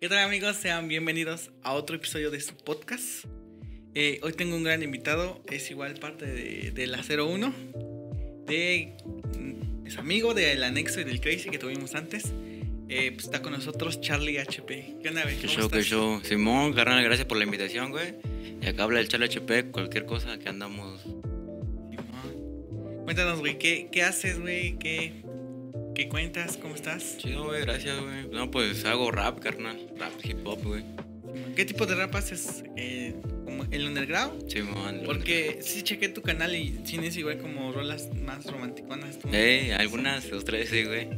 ¿Qué tal amigos? Sean bienvenidos a otro episodio de su podcast. Eh, hoy tengo un gran invitado, es igual parte de, de la 01, de, mm, es amigo del anexo y del crazy que tuvimos antes. Eh, pues está con nosotros Charlie HP. ¿Qué onda, güey? Qué ¿Cómo show, qué estás? show. Simón, carnal, gracias por la invitación, güey. Y acá habla el Chalo HP, cualquier cosa que andamos. Simón. Cuéntanos, güey, ¿qué, qué haces, güey? ¿Qué, ¿Qué cuentas? ¿Cómo estás? Chido, güey, gracias, güey. No, pues hago rap, carnal. Rap, hip hop, güey. ¿Qué tipo de rap haces? Eh, ¿como ¿El underground? Simón. Porque sí chequé tu canal y tienes igual como rolas más romanticonas. tú. Eh, algunas, dos, tres, sí, güey.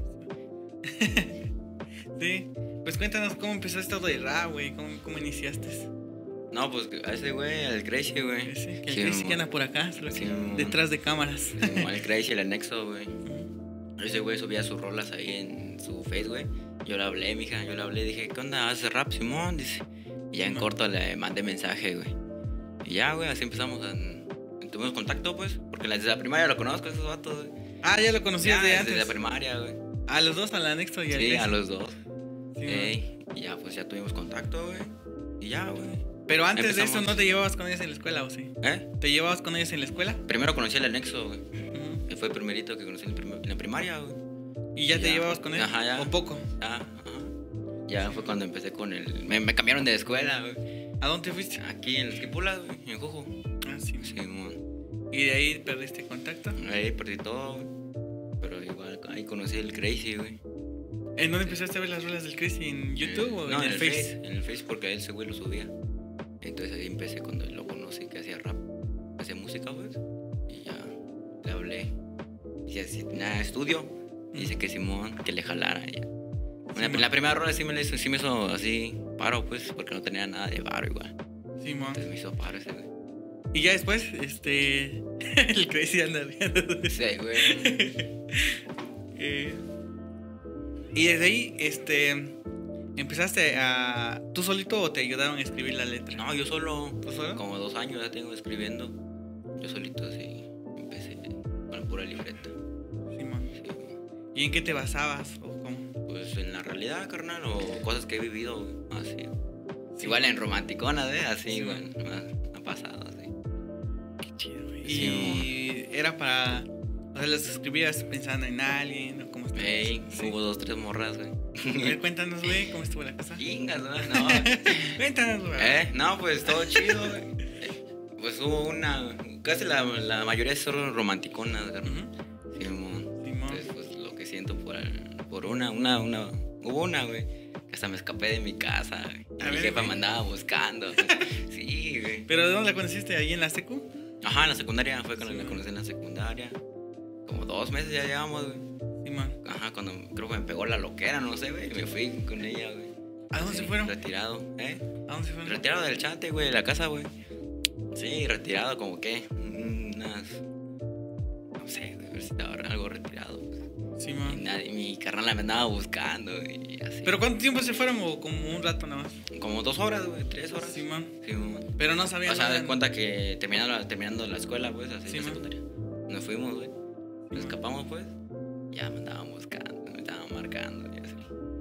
Sí. Pues cuéntanos cómo empezó esto de rap, güey. ¿Cómo, cómo iniciaste? No, pues a ese, güey, al Crazy, güey. Ese, Que el Simón. Crazy que anda por acá, solo que Sí, mamá. detrás de cámaras. Simón, el Crazy, el anexo, güey. Ese güey subía sus rolas ahí en su face, güey. Yo le hablé, mija, yo le hablé, dije, ¿qué onda? ¿Haces rap, Simón? Dice. Y ya en Simón. corto le mandé mensaje, güey. Y ya, güey, así empezamos a... Tuvimos contacto, pues, porque desde la primaria lo conozco, esos vatos, güey. Ah, ya lo conocías Ya, de desde antes. la primaria, güey. a los dos, al anexo y al Sí, Crazy. a los dos. Sí, mamá. Ey, y ya, pues, ya tuvimos contacto, güey. Y ya, güey. Pero antes de empezamos. eso, ¿no te llevabas con ellos en la escuela o sí? ¿Eh? ¿Te llevabas con ellos en la escuela? Primero conocí al anexo, güey. Ujú. que Fue el primerito que conocí en, la prim- en la primaria, güey. ¿Y ya, te Ya. llevabas con ellos? Ajá, ya. ¿O poco? Ya, ajá. Ya fue cuando empecé con el... Me, me cambiaron de escuela, güey. ¿A dónde fuiste? Aquí en Esquipula, güey, en Jujo. Ah, sí. Simón. ¿Y de ahí perdiste contacto? Ahí perdí todo, güey. Pero igual ahí conocí el Crazy, güey. ¿En dónde empezaste a ver las rolas del Crazy? ¿En YouTube Eh, o no, en, el Face? En el Face porque él ese güey lo subía. Entonces ahí empecé cuando lo conocí que hacía rap. Hacía música, pues. Y ya le hablé. Dice así, nada, estudio. Y Dice que Simón, que le jalara. y ya. Bueno, Simón. la primera rola sí me, la hizo, sí me hizo así paro, pues, porque no tenía nada de paro igual. Simón. Entonces me hizo paro ese güey. Y ya después, este. el Crazy anda riendo. Sí, güey. Eh, y desde ahí, este. Empezaste a. ¿Tú solito o te ayudaron a escribir la letra? No, yo solo. ¿Tú solo? Como dos años ya tengo escribiendo. Yo solito así empecé con pura libreta. Simón. sí. ¿Y en qué te basabas o cómo? Pues en la realidad, carnal, o cosas que he vivido, güey, así. Ah, Igual en romanticonas, ¿eh? Así, Sí, güey, más- ha pasado, así. Qué chido, güey. Y era para. O sea, las escribías pensando en alguien o cómo estabas. Ey, Sí. hubo dos, tres morras, güey. A ver, cuéntanos, güey, cómo estuvo la cosa. Chingas, ¿no? No, Cuéntanos, güey. ¿eh? No, pues todo chido, güey. Pues hubo una, casi la, la mayoría son romanticonas, carnal. Ujú. Sí, Simón. mon. Entonces, pues lo que siento por, por una, una, una, hubo una, güey. que Hasta me escapé de mi casa, güey. A mi ver, jefa güey. me andaba buscando. güey. sí, güey. ¿Pero de dónde la conociste? ¿Ahí en la secu? Ajá, en la secundaria, fue cuando Sí, la güey. conocí en la secundaria. Como dos meses ya llevamos, güey. Simón. Ajá, cuando creo que me pegó la loquera, no sé, güey. y Me fui con ella, güey. ¿A dónde se Sí, fueron? Retirado, ¿eh? ¿A dónde se fueron? Retirado del chate, güey, de la casa, güey. Sí, retirado, como que. Unas. No sé, güey, pero si estaba algo retirado. pues. Y Simón. nadie- mi carnal me andaba buscando y así. ¿Pero cuánto tiempo se fueron o como un rato nada más? como dos horas, güey, tres horas. Simón. Sí, mamón. Pero no sabía O sea, nada. de cuenta que terminando la, terminando la escuela, pues, así Sí, la man. secundaria. Nos fuimos, güey. Nos man. escapamos, pues. Ya me andaban buscando, me estaban marcando y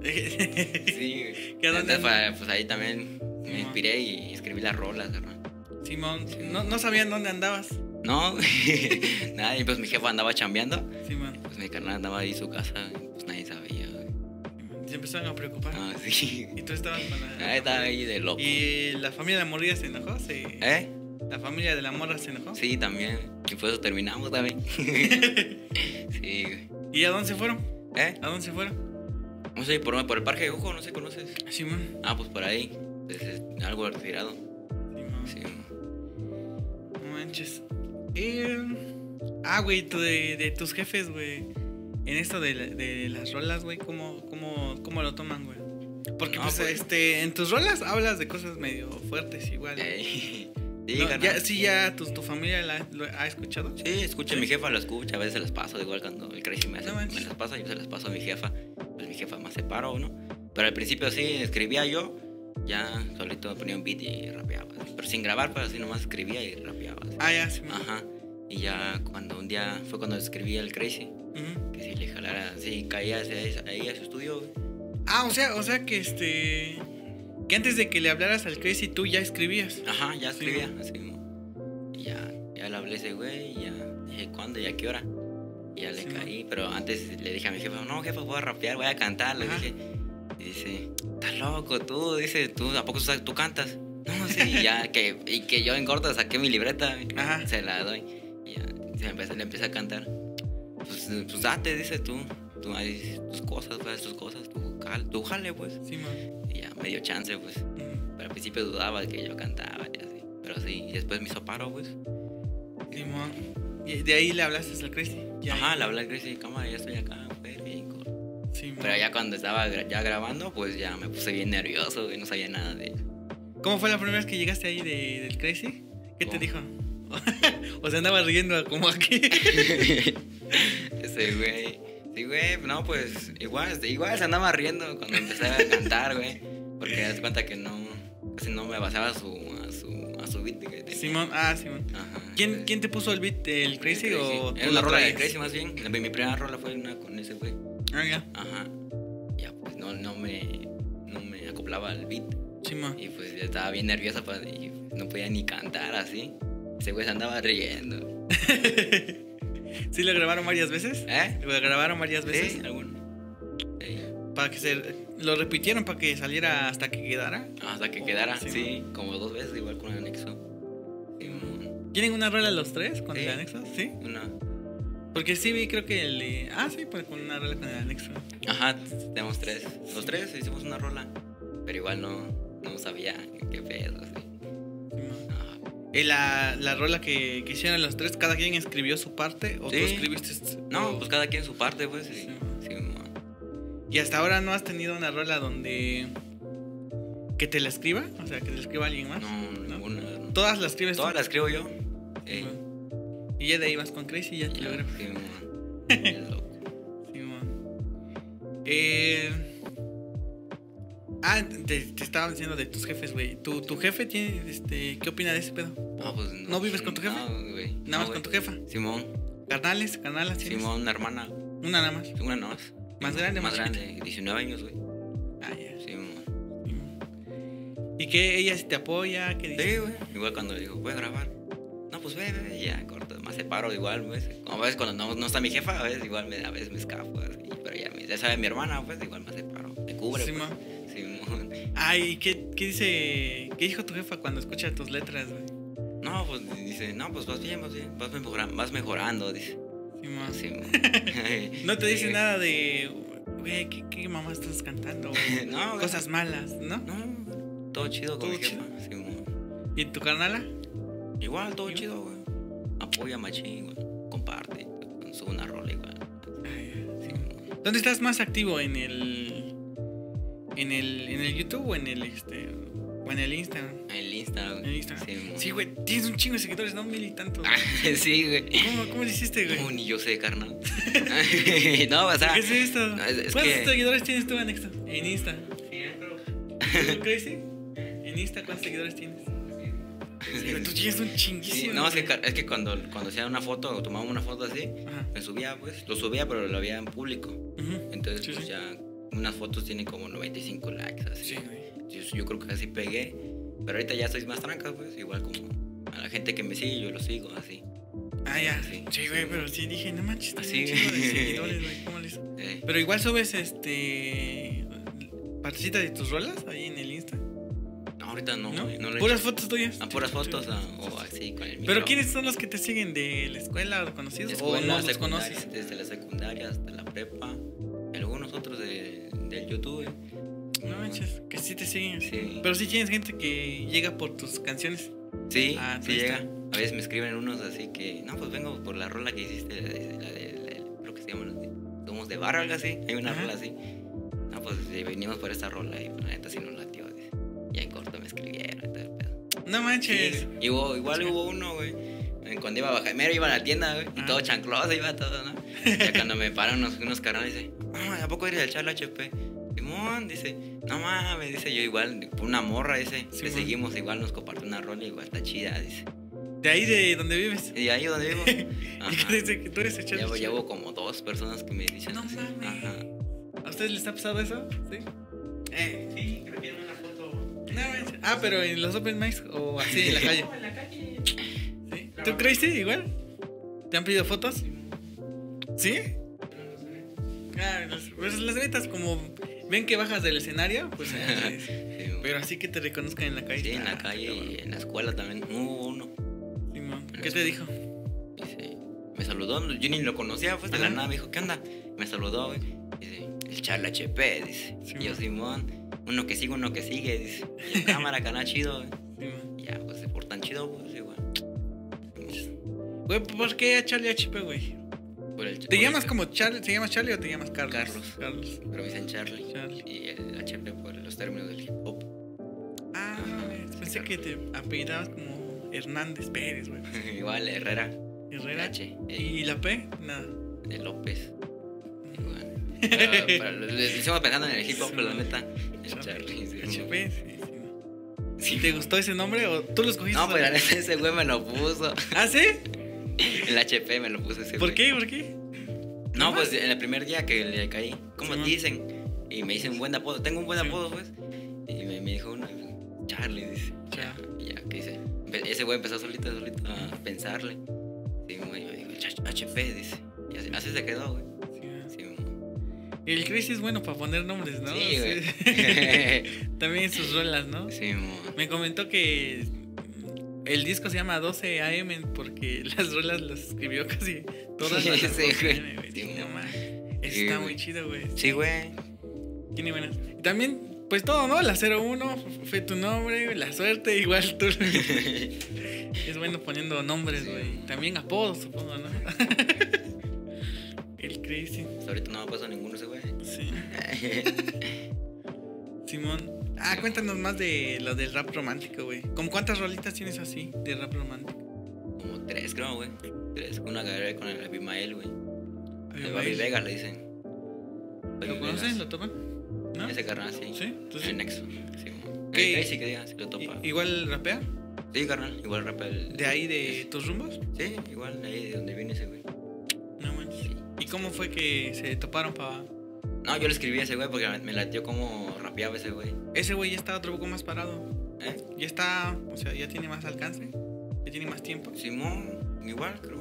así. Sí, güey. ¿Qué dónde Entonces, andan? pues, pues ahí también Sí, me man. inspiré y escribí las rolas, carnal. Simón, no, no sabían dónde andabas. No, güey. nadie, pues mi jefa andaba chambeando. Simón. Pues mi carnal andaba ahí en su casa, y, pues nadie sabía, güey. Se empezaron a preocupar. Ah, sí. Y tú estabas con la. Ahí estaba ahí de loco. ¿Y la familia de la morrilla se enojó? ¿Se- ¿Eh? ¿La familia de la morra se enojó? Sí, también. Y por eso terminamos también. sí, güey. ¿Y a dónde se fueron? ¿Eh? ¿A dónde se fueron? No sé, por, por el parque de Ojo, no sé, ¿conoces? Simón. Ah, pues por ahí. Es, es algo retirado. Simón. Sí. No manches. Eh, ah, güey, tú de, de tus jefes, güey. En esto de, la- de las rolas, güey, ¿cómo, cómo, ¿cómo lo toman, güey? Porque, No, pues, pues- este, en tus rolas hablas de cosas medio fuertes Eh, igual. Ey. Sí, No, carnal. ya, sí, ya tu, tu familia la lo ha escuchado. Sí, escucha, mi jefa la escucha, a veces se las paso, igual cuando el crazy me, hace- No manches. me las pasa, yo se las paso a mi jefa, pues mi jefa más se para o no. Pero al principio sí, escribía yo, ya solito ponía un beat y rapeaba, pero sin grabar, pero así nomás escribía y rapeaba. así. Ah, ya, sí. man. Ajá, y ya cuando un día fue cuando escribí el crazy, Ujú. que si le jalara, sí, caía hacia- ahí a su estudio, güey. Ah, o sea, o sea que este. Que antes de que le hablaras al Crazy, tú ya escribías. Ajá, ya Sí, escribía, así mismo. Y ya, ya le hablé a ese güey, y ya dije cuándo y a qué hora. Y ya le Sí, caí, pero antes le dije a mi jefa, no, jefa, voy a rapear, voy a cantar. Le Ajá. dije, y dice, estás loco tú, dice, tú, ¿a poco sabes- tú cantas? No, sí, y ya, que, y que yo en corto saqué mi libreta, Ajá. se la doy. Y ya, se me empieza- le empecé a cantar. Pues, eh, pues date, dice tú, tú haz tus cosas, pues haz tus cosas, tú, cal- tú jale, pues. Sí, man. Y ya, me dio chance, pues. Ujú. Pero al principio dudaba que yo cantaba y así. Pero sí, y después me hizo paro, pues. Simón. Y de ahí le hablaste al Crazy. Ya. Ajá, le hablé al Chris y cámara, ya estoy acá, güey, bien cool". Simón. Pero ya cuando estaba gra- ya grabando, pues ya me puse bien nervioso y no sabía nada de ¿Cómo fue la primera vez que llegaste ahí de- del Crazy? ¿Qué te ¿Cómo? dijo? o sea, andaba riendo como aquí. ese güey. Sí, güey, no, pues igual, igual se andaba riendo cuando empecé a cantar, güey. Porque das cuenta que no, casi no me basaba a su, a su, a su beat que tenía. Simón, ah, Simón. Ajá, ¿Quién, entonces- quién te puso el beat? ¿El Crazy o Eh. Era tú una lo rola de traes? Crazy más bien. Mi mi primera rola fue una con ese güey. Ah, ya. Ajá. Ya, pues no, no, me, no me acoplaba al beat. Simón. Y pues ya estaba bien nerviosa pues, y no podía ni cantar así. Ese güey se andaba riendo. ¿Sí lo grabaron varias veces? ¿Eh? Lo grabaron varias veces. ¿Sí? ¿Alguno? Sí. Para que se. Lo repitieron para que saliera hasta que quedara. Ah, Hasta que Oh, quedara, sí, sí, como dos veces igual con el anexo. Simón. ¿Tienen una rola los tres con Sí. el anexo? Sí. Una. Porque sí vi, creo que el. de- Ah, sí, pues con una rola con el anexo. Ajá, tenemos tres. Los tres hicimos una rola. Pero igual no, no sabía qué pedo, Ah, así. Simón. Ajá. Eh, la, la rola que, que hicieron los tres, cada quien escribió su parte o tú Sí. escribiste. este? No, o- pues cada quien su parte, pues. Sí, Simón. Simón. Y hasta ahora no has tenido una rola donde. que te la escriba, o sea, que te la escriba alguien más. No, ninguna. no. Todas las escribes tú. Todas las escribo yo. Eh, Ey, Simón. Y ya de ahí vas con Crazy y ya te y lo yo, grabas. Simón. Bien loco. Simón. Eh, Ah, te, te estaba diciendo de tus jefes, güey. ¿Tu, tu jefe tiene, este, qué opina de ese pedo? No, pues, no, ¿No vives con tu jefe? No, güey. Nada más No, con tu güey. jefa. Simón. ¿Carnales? ¿Carnalas? tienes? Simón, una hermana. Una nada más. Una nada más. ¿Más grande? Más Más, chiquita? grande. 19 años, güey. Ah, ya. Simón. ¿Y que ella sí te apoya? ¿Qué dice? Sí, güey. Igual cuando le digo, voy a grabar. No, pues ve, ve, ya, corto. Más separo igual, pues. Como a veces cuando no, no está mi jefa, a veces igual me, a veces me escapo. así, Pero ya, me- ya sabe mi hermana, pues igual me separo. Me cubre, Simón. pues. Simón. Ay, ¿y ¿qué, qué dice? ¿Qué dijo tu jefa cuando escucha tus letras, güey? No, pues dice, no, pues vas bien, vas bien. Vas mejorando, vas mejorando dice. Simón. Simón. Ah. No te dice Sí. nada de, güey, ¿qué, qué mamá estás cantando? güey? No, güey. Cosas malas, ¿no? No, todo chido con Todo mi jefa. Simón. ¿Y tu carnala? Igual, todo Igual. chido, güey. Apoya machín, güey. Comparte. Sube una rola igual. Ay, sí. Simón. ¿Dónde estás más activo? ¿En el. en el, en el YouTube o en el, este, o en el Instagram? El Insta, En güey. Instagram. Simón. Sí, güey, tienes un chingo de seguidores, no mil y tantos. güey. Ah. sí, güey. ¿Cómo, cómo lo hiciste, No, güey? ni yo sé, carnal. no, o sea. ¿Qué es esto? no, es- es ¿Cuántos que- seguidores tienes tú en Insta? En Insta. ¿Tú, Crazy? ¿En Insta cuántos seguidores tienes? Sí, güey, tú tienes un Sí, chinguísimo. no, es que, güey. car- es que cuando, cuando hacía una foto o tomaba una foto así, Ajá. me subía, pues. Lo subía, pero lo había en público. Ujú. Entonces, Sí, pues sí. ya unas fotos tienen como 95 likes, Sí, así. güey. Yo, yo creo que así pegué. Pero ahorita ya soy más tranca, pues. Igual como a la gente que me sigue, yo lo sigo, así. Ah, ya. Sí, Sí, güey, pero sí dije, no manches, tienes Así. un chingo de seguidores, güey. ¿Cómo lo hizo? Eh, Pero igual subes este. Particitas de tus rolas ahí en el Insta. no, ahorita no, ¿No? no, no lo he Puras hecho. fotos tuyas. Ah, puras fotos ah, o así con el Pero micro. ¿quiénes son los que te siguen de la escuela o conocidos? Escuela, ¿O no los secundaria, conoces? Desde la secundaria hasta la prepa. y Algunos otros de, del YouTube. No manches, que sí te siguen. Sí. Pero sí tienes gente que llega por tus canciones. Sí, Ah, sí tú llega. está. A veces me escriben unos así que, no, pues vengo por la rola que hiciste, la de, la de- la de- creo que se llama, la de Somos de Bar o algo así. Hay una Ajá. rola así. No, pues eh, venimos por esta rola y pues, la neta sí nos latió. dice. Ya en corto me escribieron y todo el pedo. No manches. Sí, güey. y hubo- igual Sí. hubo uno, güey. en- Cuando iba a bajar, mero iba a la tienda, güey, y Ah. todo chancloso, iba todo, ¿no? Ya cuando me paran unos, unos carnales, dice, ah, ¿a poco eres del Charla HP? Simón, dice, no mames, dice yo igual, una morra, dice, le Simón. seguimos, igual nos compartió una rola, igual está chida, dice. De ahí de donde vives. Y ahí donde vivo. Y Ajá. que desde que tú eres Ya echado. Llevo, llevo como dos personas que me dicen No así. mames. Ajá. ¿A ustedes les ha pasado eso? Sí. Eh. Sí, creo que en una foto. No, manches. ah, pero en los open mics o así en la calle. No, en la calle. ¿Sí? ¿Tú creíste igual? ¿Te han pedido fotos? ¿Sí? Ah, las, pues las netas, como ven que bajas del escenario, pues. eh, Sí, güey. pero así que te reconozcan en la calle. Sí, en Ah, la calle está y en la escuela también. Hubo uno. bueno. Simón, ¿Qué te dijo? Dice, me saludó, yo ni lo conocía, pues de la Ajá. nada me dijo, ¿qué onda? Me saludó, güey. Dice, el charla HP, dice. Simón. Y yo, Simón, uno que sigue, uno que sigue, dice. Y yo, cámara, canal chido, güey. Simón. Y Ya, pues se portan chido, pues igual. Pues, Güey, ¿por qué a Charlie HP, güey? por el- por ¿Te el- llamas como Charlie? ¿Te llamas Charlie o te llamas Carlos? Carlos. Carlos. Pero me dicen Charlie. Charlie. Y el HP por los términos del hip hop. Ah, no, Ajá, mames, sí, pensé Carlos. que te apellidabas como Hernández Pérez, güey. igual, Herrera. Herrera. H. E, ¿Y la P? Nada. de López. Igual. Pero, pero lo- lo hicimos pensando en el hip hop, pero la neta. El Charlie. sí, HP, sí, sí. Sí. ¿Te gustó ese nombre o tú lo escogiste? No, pues, pero la solo? neta, ese güey me lo puso. ¿Ah, sí? El HP me lo puso ese ¿Por güey. qué? ¿Por qué? No, pues en el primer día que le caí, ¿cómo Simón. te dicen? Y me dicen buen apodo. Tengo un buen Sí. apodo, pues. Y me, me dijo uno, Charlie, dice. Ya, ya, ¿qué dice? Empe- Ese güey empezó solito, solito a Ah. pensarle. Sí, güey, yo digo, "Ch- HP, dice. Y así, así se quedó, güey. Sí. Sí, güey. El Chris es bueno para poner nombres, ¿no? Sí, güey. También sus rolas, ¿no? Sí, güey. Me comentó que el disco se llama 12 AM porque las rolas las escribió casi todas Sí, las las sí, 12 güey. AM, güey. Sí, Dije, mo. "No mames, Sí, Está muy güey. chido, güey. Sí, güey. Tiene buenas. Y También, pues todo, ¿no? La 01 f- fue tu nombre, la suerte, igual tú. es bueno poniendo nombres, Sí, güey. mo. También apodos, supongo, ¿no? el Crazy, Hasta Pues ahorita no me ha pasado ninguno ese güey. sí. Simón. Ah, cuéntanos más de lo del rap romántico, güey. ¿Cómo cuántas rolitas tienes así de rap romántico? Como tres, creo, güey. Tres. Una carrera con el Abimael, güey. El Baby Baby. Vega le dicen. ¿Lo Baby conoces? Vegas. ¿Lo topan? ¿No? Ese carnal, sí. ¿Sí? ¿Tú sí? El Nexo. Sí, ¿Qué? ¿Qué? Ahí sí que diga, sí lo topa. I- ¿Igual rapea? Sí, carnal, igual rap el... ¿De ahí, de tus rumbos? Sí, igual, de ahí de donde viene ese güey. No manches. ¿Y cómo fue que se toparon para...? No, yo le escribí a ese güey porque me- me latió como rapeaba ese güey. Ese güey ya está otro poco más parado. ¿Eh? Ya está, o sea, ya tiene más alcance. Ya tiene más tiempo. Simón, igual, creo.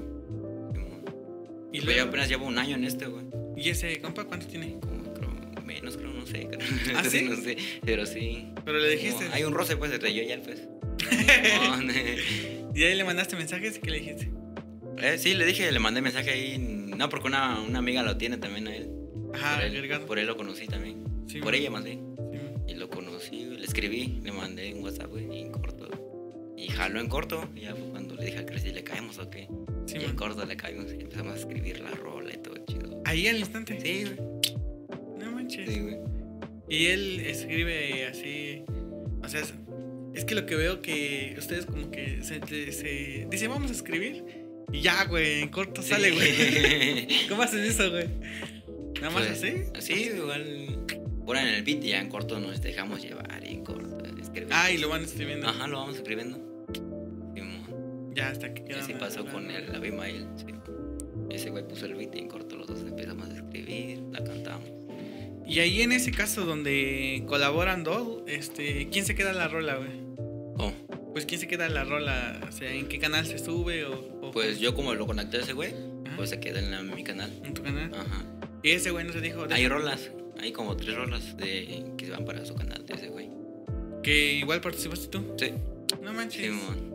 Simón. Y, Y luego- yo apenas llevo un año en este, güey. ¿Y ese compa cuánto tiene? Como, creo, menos, creo, no sé. Creo. ¿Ah, sí? No sé, pero sí. Pero le dijiste. Como hay un roce, pues, entre yo y él, pues. Simón, eh, Y ahí le mandaste mensajes que le dijiste. sí, le dije, le mandé mensaje ahí. No, porque una, una amiga lo tiene también a él. Ajá, por, él, agregado. por él lo conocí también. Sí, por mo- ella, más bien. sí, mo. Y lo conocí, güey, le escribí, le mandé un WhatsApp, güey, y en corto. Y jaló en corto, y ya fue cuando le dije al Chris, ¿y le caemos o qué? Sí, y mo. en corto le caímos y empezamos a escribir la rola y todo chido. Ahí al instante. Sí, güey. No manches. Sí, güey. Y él escribe así. O sea, es, es que lo que veo que ustedes como que se, se- se- dicen, vamos a escribir. Y ya, güey, en corto sale, güey. ¿Cómo haces eso, güey? Nada más Pues, así. Sí, igual. Fuera en el beat y ya en corto nos dejamos llevar y en corto escribimos. Ah, y lo van escribiendo. Ajá, lo vamos escribiendo. Simón. Ya, hasta que Y quedan. así pasó con el Abimael. Sí. Ese güey puso el beat y en corto los dos empezamos a escribir, la cantamos. Y ahí en ese caso donde colaboran dos, este, ¿quién se queda la rola, güey? Oh. Pues quién se queda la rola, o sea, ¿en qué canal se sube o, o- Pues yo como lo conecté a ese güey, Ajá, pues se queda en, la- mi canal. en tu canal? Ajá. Y ese güey no se dijo Hay rolas, hay como tres rolas de, que van para su canal de ese güey. que igual participaste tú. Sí, No manches. Simón.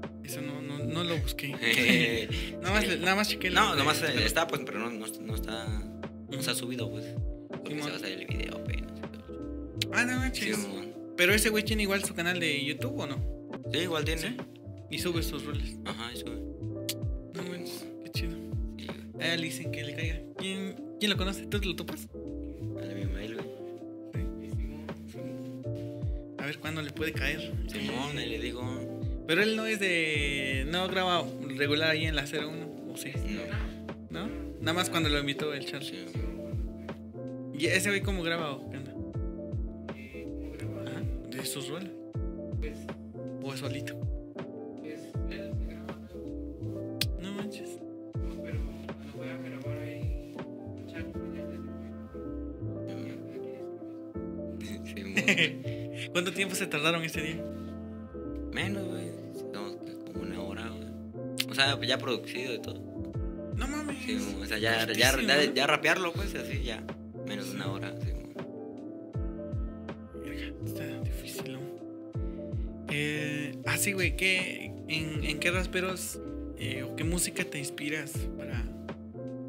Eso no, no, no lo busqué. Eh, nada más, le- nada más chequé. no, nomás el eh, está, pues, pero no, no, no está, no está subido, pues. Porque Simón. se va a salir el video apenas. Ah, no manches. Simón. Pero ese güey tiene igual su canal de YouTube o no? Sí, igual tiene. ¿Sí? Y sube sus roles. Ajá, eso. No manches, qué chido. Sí, güey. A él dicen que le caiga. ¿Quién, ¿Quién lo conoce? ¿Tú lo topas? Dale mi mail, güey. A ver cuándo le puede caer. Simón, ahí le digo. No, Pero él no es de. No graba regular ahí en la 01. ¿O sí? ¿No? Nada más cuando lo invitó el Charles. sí. ¿Y ese güey cómo graba o qué onda? Ajá, ¿De sus rolas? pues, ¿O es solito? No manches. Simón. ¿Cuánto tiempo se tardaron ese día? Menos, güey. Estamos pues, como una hora, güey. O sea, ya producido y todo. No mames. Sí, o sea, ya, ya, Cortísimo, ya, ¿no? ya rapearlo, pues, así, ya. Menos de una hora, sí, güey. Verga, Está difícil, ¿no? Eh, ah, sí, güey, ¿qué, en, en qué rasperos eh, o qué música te inspiras para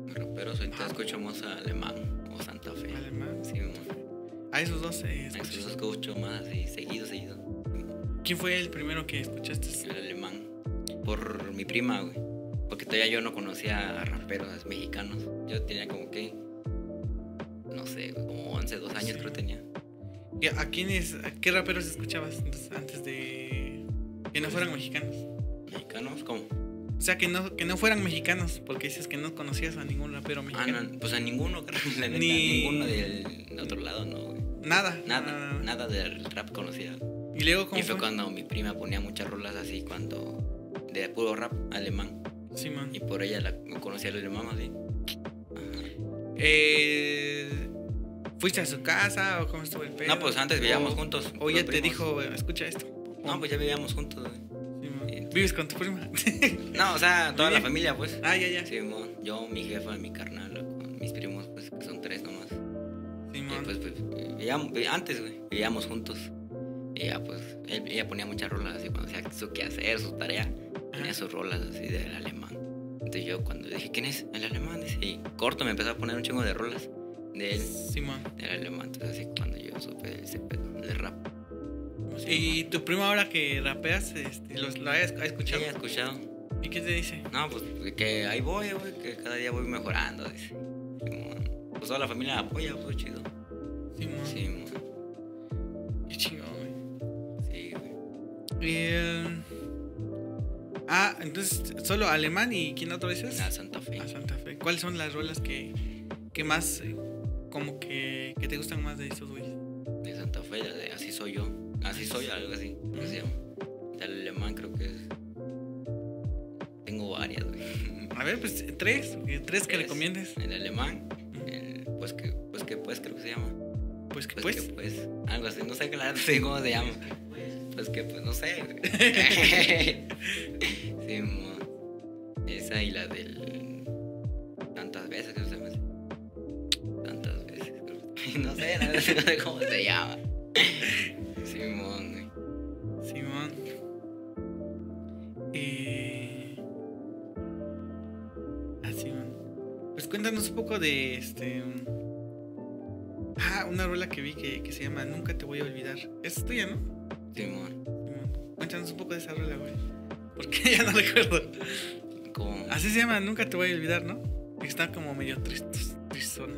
Raperos, ahorita escuchamos a Alemán o Santa Fe. alemán? Sí, güey. A esos dos eh, escuchas. Eso escucho más así, seguido, seguido. ¿Quién fue el primero que escuchaste? El alemán. Por mi prima, güey. Porque todavía yo no conocía a raperos mexicanos. Yo tenía como que. No sé, güey, como 11, 12 años Sí. creo que tenía. ¿Y ¿A quiénes, a qué raperos escuchabas entonces, antes de que no fueran mexicanos? ¿Mexicanos? ¿Cómo? O sea, que no, que no fueran mexicanos, porque dices que no conocías a ningún rapero Ah, mexicano. no, pues a ninguno, creo, la neta. Ni- Ah. Ninguno del otro lado, no, güey. Nada. Nada, nada del rap conocía. Y luego, ¿cómo Y fue fue? cuando mi prima ponía muchas rolas así, cuando. de puro rap alemán. Sí, man. Y por ella la conocía el alemán, así. Ajá. Eh, ¿Fuiste a su casa o cómo estuvo el pedo? No, pues antes vivíamos O- juntos. O ya puros te primos. dijo, escucha esto. No, pues ya vivíamos juntos, güey. Sí, man. eh, ¿Vives con tu prima? No, o sea, toda la Bien. familia, pues. ah, ya, ya. Sí, Sí, mo, yo, mi jefa, mi carnal, con mis primos, pues, que son tres nomás. Y man. pues, pues, vivíamos, vi- antes, güey, vivíamos juntos. Y ya, pues, él- ella ponía muchas rolas así, cuando hacía su quehacer, su tarea, Ajá. ponía sus rolas así del alemán. Entonces yo cuando dije, ¿quién es? El alemán, dice, y corto me empezó a poner un chingo de rolas de él, Sí, man. del alemán. Entonces así cuando yo supe de ese pedo, de rap. Pues ¿Y tu prima ahora que rapeas, este, los, la has ha ¿Ya escuchado? había escuchado? ¿Y qué te dice? No, pues que ahí voy, güey, que cada día voy mejorando, dice. Simón. Pues toda la familia la apoya, pues chido. Sí, man. Sí, mo. Qué chingón, güey. sí, güey. Eh, ah, entonces solo alemán y quién otro dices? Nada, Santa Fe. A Santa Fe. ¿Cuáles son las rolas que, que más, eh, como que, que te gustan más de esos güeyes? De Santa Fe, la de así soy yo. Así soy, algo así. ¿Cómo se llama? Del alemán creo que es. Tengo varias, güey. A ver, pues tres, eh, tres que Tres. recomiendes. El alemán, Ujú. el pues que, pues que pues creo que se llama. Pues que Pues, pues. que pues. Algo así, no sé claro, sé cómo se llama. Pues que pues no sé. güey. sí, mo. Esa y la del tantas veces creo que se llama. así. Tantas veces. creo. No sé, no sé, no sé cómo se llama. Simón, güey. pues, Simón. Eh... Ah, Simón. Pues cuéntanos un poco de este. um, Ah, una rola que vi que, que se llama Nunca te voy a olvidar. Es tuya, ¿no? Simón. Simón. Cuéntanos un poco de esa rola, güey. Porque ya no recuerdo. Como, Así se llama Nunca te voy a olvidar, ¿no? Está como medio tristos, tristona.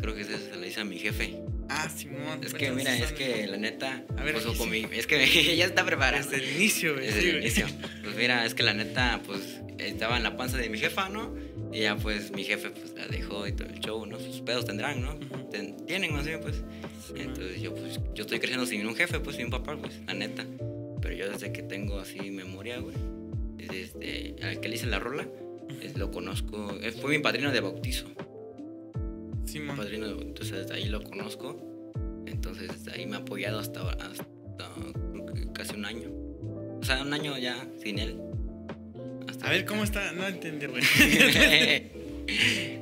creo que esa se la hice a mi jefe. Ah, Simón. Es que, cuéntanos mira, esa es que la neta. A ver, Este, pues, aquí con sí. mi- es que ella está preparada. Desde el inicio, güey. sí, Desde el güey. inicio. Pues mira, es que la neta, pues estaba en la panza de mi jefa, ¿no? Y ya pues mi jefe pues la dejó y todo el show, ¿no? Sus pedos tendrán, ¿no? Ujú. Ten- tienen más bien, pues. Simón. Entonces yo pues, yo estoy creciendo sin un jefe, pues sin un papá, pues, la neta. Pero yo desde que tengo así memoria, güey. Desde este, al que le hice la rola, es- lo conozco. eh, Fue mi padrino de bautizo. Mi Simón. padrino de bautizo, entonces desde ahí lo conozco. Entonces desde ahí me ha apoyado hasta, hasta creo que casi un año. O sea, un año ya sin él. Hasta A ver, ahorita. ¿cómo está? No entendí, güey.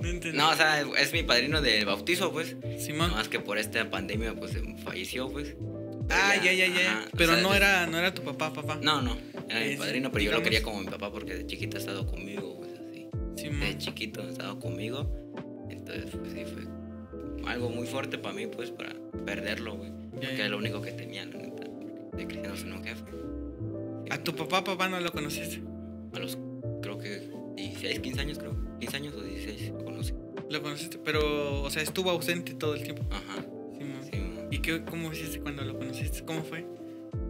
No entendí. no, o sea, es mi padrino del bautizo, pues. Simón. No más que por esta pandemia, pues em, falleció, pues. ah, ya, ya, ya, ya. ajá, pero o sea, no es- era no era tu papá, papá. No, no, era mi Es, padrino, pero yo lo digamos- quería como mi papá porque de chiquita ha estado conmigo, pues así. Simón. Desde chiquito ha estado conmigo. Entonces, pues sí, fue algo muy fuerte para mí, pues, para perderlo, güey. Ya, Porque ya. era lo único que tenía, la neta. De creciendo sin un jefe. A tu papá, papá no lo conociste. A los, creo que 16, 15 años, creo. 15 años o 16, lo conocí. Lo conociste, pero, o sea, estuvo ausente todo el tiempo. Ajá, Simón. sí, mo. ¿Y qué, cómo hiciste cuando lo conociste? ¿Cómo fue?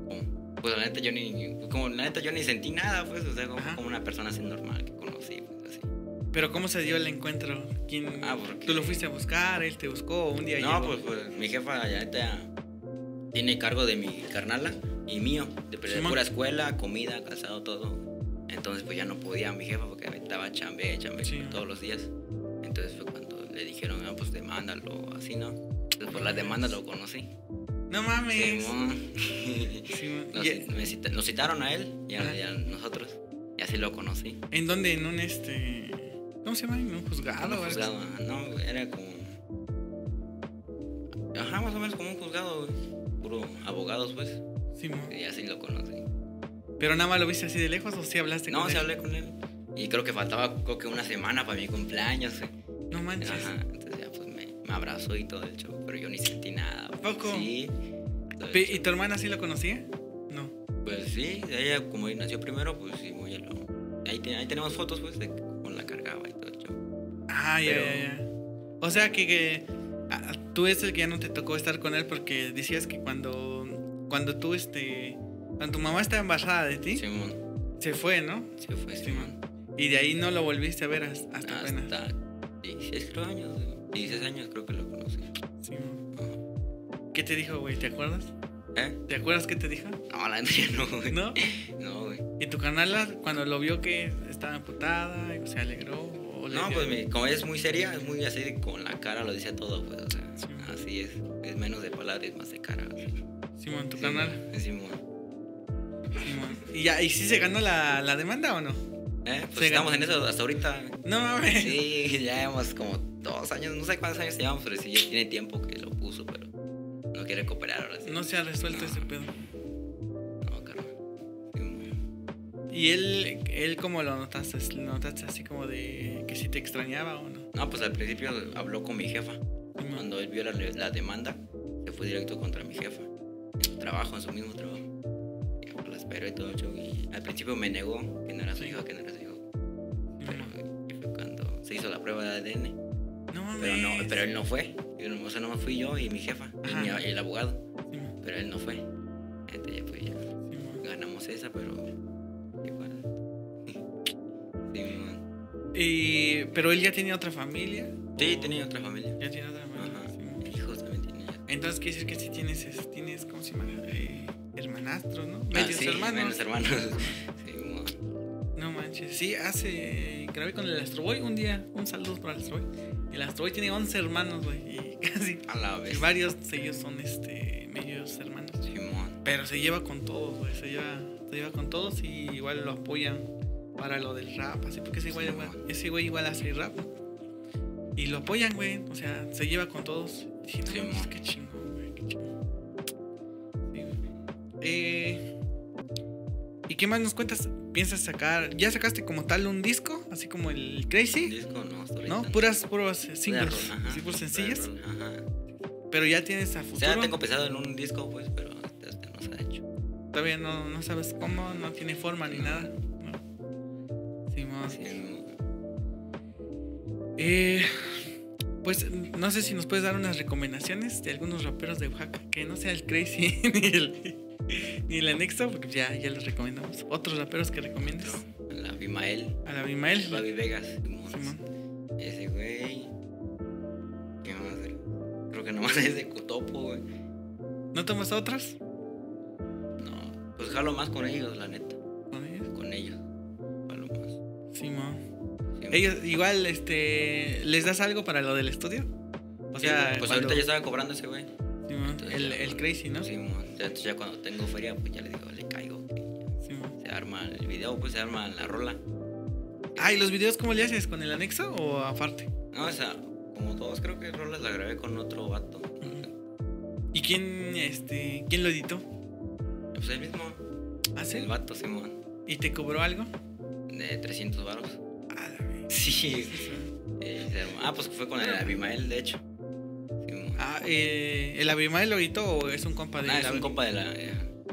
Como- Pues la neta yo ni, como la neta yo ni sentí nada, pues, o sea, como, Ajá. como una persona así normal que conocí, pues, así. Pero cómo se dio el encuentro? ¿Quién Ah, porque- tú lo fuiste a buscar, él te buscó, un día No, llegó? pues, pues, mi jefa la neta tiene cargo de mi carnala y mío, de, de Simón. pura escuela, comida, casado, todo. Entonces pues ya no podía mi jefa porque estaba chambe, chambe Sí. todos los días. Entonces fue cuando le dijeron, no, pues demándalo, así, ¿no? Entonces por la demanda lo conocí. No mames. Simón. Simón. Nos, ¿Y me cita- nos citaron a él y a, Ajá. y a nosotros. Y así lo conocí. ¿En dónde? En un este. ¿Cómo se llama? ¿En un juzgado? No o algo así? juzgado, ajá, no, güey, era como. Ajá, más o menos como un juzgado, güey. Puro abogados, pues. Simón. Y así lo conocí. Pero nada más lo viste así de lejos o sí hablaste No, con se él? hablé con él. Y creo que faltaba, creo que una semana para mi cumpleaños, güey. No manches. Ajá, entonces ya pues me, me abrazó y todo el show, pero yo ni sentí nada. güey. ¿Poco? Sí. todo el Pe- show. ¿Y tu hermana sí lo conocía? No. Pues sí, ella como nació primero, pues sí, voy a lo... Ahí, te- ahí tenemos fotos, pues, de cómo la cargaba y todo el show. Ah, ya, Pero- ya, ya. O sea que, que, ah, tú es el que ya no te tocó estar con él porque decías que cuando, cuando tú, este, cuando tu mamá estaba embarazada de ti, Simón, se fue, ¿no? se fue Simón. Y de ahí no lo volviste a ver has- hasta apenas. Hasta 16 creo, años, güey. 16 años creo que lo conocí. Sí. ¿Qué te dijo, güey? ¿Te acuerdas? ¿Eh? ¿Te acuerdas qué te dijo? No, la mía no, güey. ¿No? No, güey. ¿Y tu canal ah, cuando lo vio que estaba amputada, se alegró? o le No, dio- pues mi- como ella es muy seria, es muy así, con la cara lo dice todo, pues, o sea, Sí. así es. Es menos de palabras, es más de cara. así. Simón, tu Sí, canal. Simón. Simón. ¿Y, ya, ¿Y sí se ganó la, la demanda o no? ¿Eh? Pues Se estamos ganó. en eso hasta ahorita. No mames. Sí, ya llevamos como dos años, no sé cuántos años llevamos, pero sí, ya tiene tiempo que lo puso, pero no quiere cooperar ahora sí. No se ha resuelto No. ese pedo. No, carnal. Sí, ¿Y él, él cómo lo notaste? ¿Lo notaste así como de que si te extrañaba o no? No, pues al principio habló con mi jefa. Cuando él vio la, la demanda, se fue directo contra mi jefa. En su trabajo, en su mismo trabajo. Ya, pues, la esperó y todo el show, Y al principio me negó que no era su hijo, que no era su hijo. Pero y fue cuando se hizo la prueba de ADN. No mames. Pero, no, pero él no fue. Y no- O sea, nomás fui yo y mi jefa. Y mi- Pues. Ajá. el abogado. Simón, Pero él no fue. Entonces ya pues ya. Simón. ganamos esa, pero igual. Sí, mi mamá. Y- pero él ya tenía otra familia. Sí, ¿O tenía otra familia. Ya tiene otra familia. Ajá. Simón. Hijos también tenía. Entonces quiere decir que sí tienes, es- tienes ¿cómo se llama? Eh, hermanastros, ¿no? Ah, Medios sí, hermanos. menos hermanos. Sí, mi mamá. No manches. Sí, hace. Grabé con el Astroboy un día. Un saludo para el Astroboy. El Astroboy tiene 11 hermanos, güey. Y casi. A la y vez. varios de ellos son este, medios hermanos. Sí, mi mamá. Pero se lleva con todos, güey. Se lleva, se lleva con todos y igual lo apoyan para lo del rap, así, porque ese güey, Sí, igual, mamá. ese güey igual hace rap. Y lo apoyan, güey. O sea, se lleva con todos. Y dije, no, Sí, mames, mamá. qué chingón, güey. Qué chingón. Sí, güey. Eh, ¿Y qué más nos cuentas? ¿Piensas sacar? ¿Ya sacaste como tal un disco? Así como el Crazy. Disco, no, hasta ahorita ¿No? no. Puras, puras eh, Pura singles. rola, ajá. así por Pura sencillas. rola, Ajá. Pero ya tienes a O futuro. sea, tengo pensado en un disco, pues, pero hasta ahorita no se ha hecho. Todavía no, no sabes cómo, no tiene forma ni nada. No. Simón. Sí, mi mamá. Eh, pues no sé si nos puedes dar unas recomendaciones de algunos raperos de Oaxaca, que no sea el Crazy ni el, ni el Anexo, porque ya, ya les recomendamos. Otros raperos que recomiendes. Otro, La Bimael. A la Bimael. Babi Vegas. Simón. Simón. Ese güey. ¿Qué más? Creo que nomás es de Cotopo, güey. ¿No tomas otras? No, pues jalo más con ellos, la neta. Con ellos. Con ellos. Jalo más. Simón. Sí, Ellos igual, este, ¿les das algo para lo del estudio? O sí, sea, pues cuando- ahorita ya estaba cobrando ese güey. Simón, el, el Crazy, ¿no? Sí, mo, ya, entonces ya cuando tengo feria, pues ya le digo, le caigo. que Simón. ya Se arma el video, pues se arma la rola. Ah, ¿y los videos cómo le haces? ¿Con el anexo o aparte? No, o sea, como todos, creo que rolas la grabé con otro vato. ¿Y quién, este, quién lo editó? Pues el mismo, ¿Ah, sí? el vato, Simón, ¿Y te cobró algo? de 300 varos. Ah, la ve- Sí. eh, se armó. ah, pues fue con el Abimael, de hecho. Sí, mo. Ah, eh, ¿el Abimael lo editó o es un compa de Ah, es un compa de la... eh,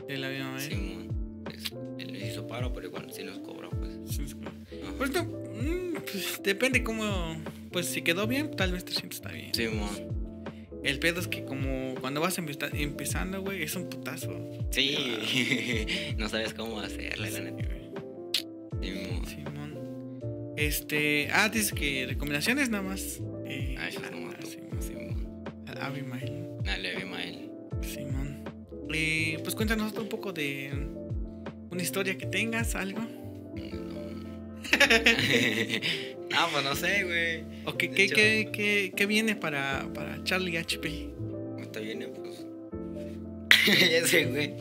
del Abimael? Simón. Es- Él nos hizo paro, pero igual sí nos cobró, pues. Sí, sí. Ajá. Pues, no, mm, pues, depende cómo... Pues si quedó bien, tal vez 300 está bien. Simón. El pedo es que como cuando vas empe- empezando, güey, es un putazo. Sí. no sabes cómo hacerle, la neta. güey. Simón. Simón. Este... Ah, dices que recomendaciones nada más. Eh, Ah, eso es como ah, tú. Simón, Simón. Simón. Al Abimael. Dale, Abimael. Simón. Eh, pues cuéntanos tú un poco de una historia que tengas, algo. No, Ah, pues no sé, güey. ¿O qué, De qué, hecho- qué- qué- qué viene para, para Charlie HP? Ahorita viene, pues. Ese güey.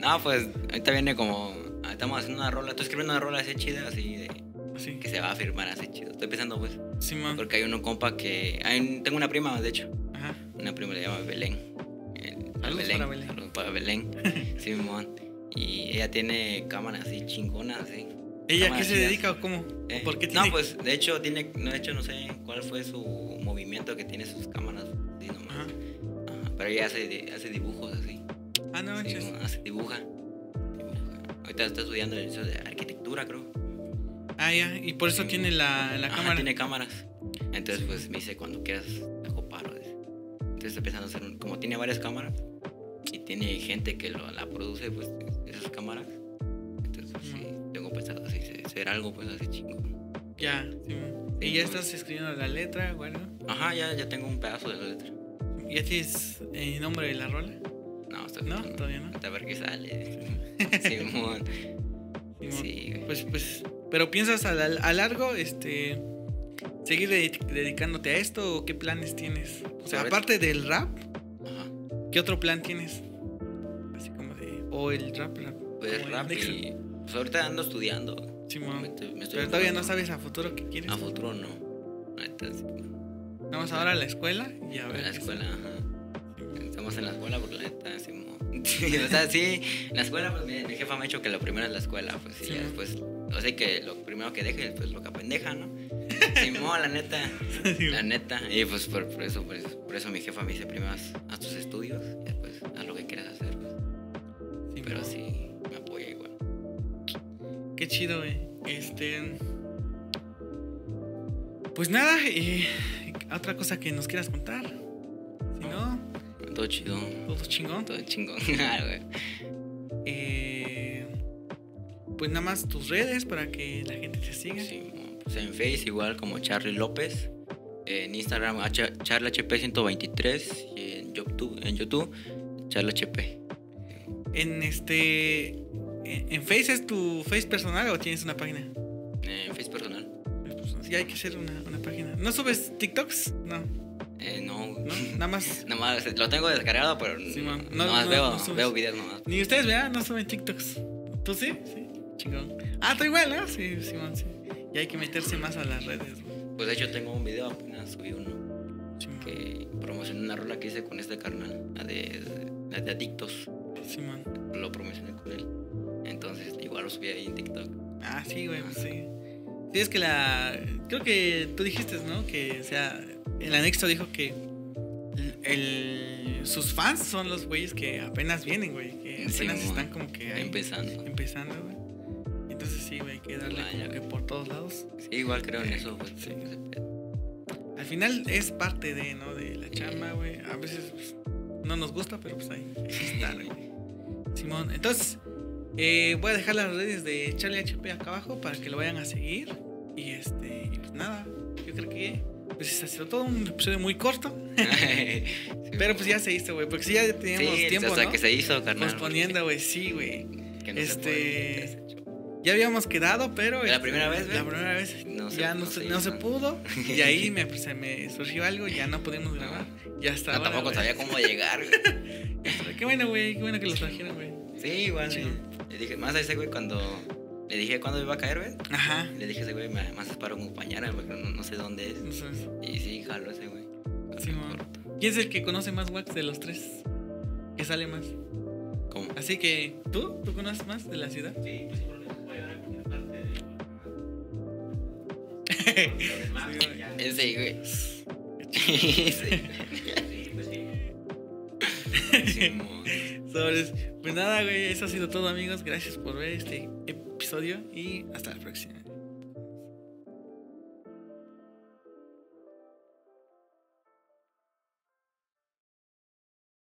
No, pues ahorita viene como. ah, Estamos haciendo una rola. Estoy escribiendo una rola así chida, así de. Así. Que se va a firmar así chido. Estoy pensando, pues. Simón. Porque hay un compa que. hay un- tengo una prima, de hecho. Ajá. Una prima le llama Belén. Eh, Saludos para Belén. Saludos para Belén. Simón. Y ella tiene cámaras así chingonas, así. ¿Ella Cámaras qué se chidas. dedica o cómo? Eh, ¿O ¿Por qué tiene? No, pues de hecho, tiene, no, de hecho no sé cuál fue su movimiento que tiene sus cámaras. así nomás. Ajá. Ajá, Pero ella hace, di- hace dibujos así. Ah, no Sí, manches. no, hace- dibuja. Dibuja. Ahorita está estudiando el eso de arquitectura, creo. Ah, ya. Y por eso Sí. tiene la, la Ajá, cámara. tiene cámaras. Entonces, pues me dice, cuando quieras, te hago paro. dice. Entonces, estoy pensando hacer un- Como tiene varias cámaras y tiene gente que lo- la produce, pues, esas cámaras. Entonces, pues, sí, tengo pensado así, se- hacer algo, pues, así chingón. Ya, Simón. Sí, y ya pues. estás escribiendo la letra, bueno. Ajá, ya, ya tengo un pedazo de la letra. ¿Ya tienes eh, nombre de la rola? No, está No, todavía no. Hasta ver qué sale. Simón. Simón. Sí, güey. Pues, pues, pero piensas a, la- a largo, este, seguir dedi- dedicándote a esto o qué planes tienes? O sea, Ahorita- aparte del rap, Ajá. ¿qué otro plan tienes? Así como de, o el rap, rap. como Pues el rap Nexo. y... Pues ahorita ando estudiando. Simón. Me estoy- me estoy Pero todavía no enfocando. sabes a futuro qué quieres. A futuro no. Ahorita sí. Nada más ahora a la escuela y a A ver. la qué escuela, ajá. Estamos en la escuela porque la neta, sí, mo- sí, o sea, sí, en la escuela, pues mi, mi jefa me ha dicho que lo primero es la escuela, pues sí, Sí. ya después, o sea, que lo primero que deje, pues lo que apendeja, ¿no? Simón, la neta, sale. Digo, la neta, y pues por, por eso, pues, por eso mi jefa me dice primero haz, haz tus estudios y después haz lo que quieras hacer, pues. Simón. pero sí, me apoya igual. Qué chido, güey. Este. Pues nada, eh, otra cosa que nos quieras contar. Si no, Todo chido, todo chingón. todo chingón, Ah, güey. Eh, pues nada más tus redes para que la gente te siga. Sí, pues en Face igual como Charlie López. En Instagram ah, H- CharlaHP123 y en YouTube, en YouTube CharlaHP. En este. ¿En en Face es tu Face personal o tienes una página? Pues, En Face personal. Sí, hay que hacer una, una página. ¿No subes TikToks? No, Eh, no, no, no. nada más. más lo tengo descargado, pero Sí, no, man. No, nomás no, veo, no subes. veo videos nomás. Ni ustedes, ¿verdad? No suben TikToks. ¿Tú sí? Sí, chingón. Ah, tú igual, ¿no? Sí, Simón, sí. Y hay que meterse más a las redes, güey. Pues de hecho tengo un video apenas subí uno Simón. que promocioné una rola que hice con este carnal, la de, la de Adictos. Simón. Lo promocioné con él. Entonces igual lo subí ahí en TikTok. Ah, sí, güey, pues sí. Sí, es que la. Creo que tú dijiste, ¿no? Que, o sea, el anexo dijo que. El, sus fans son los güeyes que apenas vienen, güey. Que Sí, apenas mo. están como que ahí Empezando. empezando, güey. Entonces sí, güey, hay que darle Ah, como ya, que por todos lados. Sí, igual creo en eso. Pues, Sí. ese pedo. Al final es parte de, ¿no? De la chamba, güey. A veces pues, no nos gusta, pero pues ahí está, güey. Simón, entonces eh, voy a dejar las redes de Charlie HP acá abajo para que lo vayan a seguir. Y este, y pues nada, yo creo que pues ha sido todo un episodio muy corto. Pero pues ya se hizo, güey, porque si ya teníamos sí, tiempo, hasta ¿no? que se hizo, carnal. Posponiendo, güey, sí, güey. porque- que no se este, puede, que se echó. Ya habíamos quedado, pero. La este, primera vez, La ¿ves? primera vez. No se- ya no, no se, se no hizo. se pudo. Y ahí me, pues, se me surgió algo, ya no pudimos No. grabar. Ya No, está. ahora, tampoco güey. sabía cómo llegar, güey. Qué bueno, güey, qué bueno que lo trajeron, güey. Sí, igual. Sí. le- Le dije, más a ese güey cuando. Le dije cuándo iba a caer, güey. Ajá. Le dije a ese güey, me- más es para acompañar, porque no, no sé dónde es. No sabes. Y sí, jaló ese güey. Jaló Sí, man. corto. ¿Quién es el que conoce más wax de los tres? Que sale más. ¿Cómo? Así que, ¿tú? ¿Tú conoces más de la ciudad? Sí, pues por eso puede llegar a cualquier parte de. del mapa, Sí, ya. Ese güey. sí, Sí, pues sí. sí, man. Sobres. Pues nada, güey, eso ha sido todo, amigos. Gracias por ver este episodio y hasta la próxima.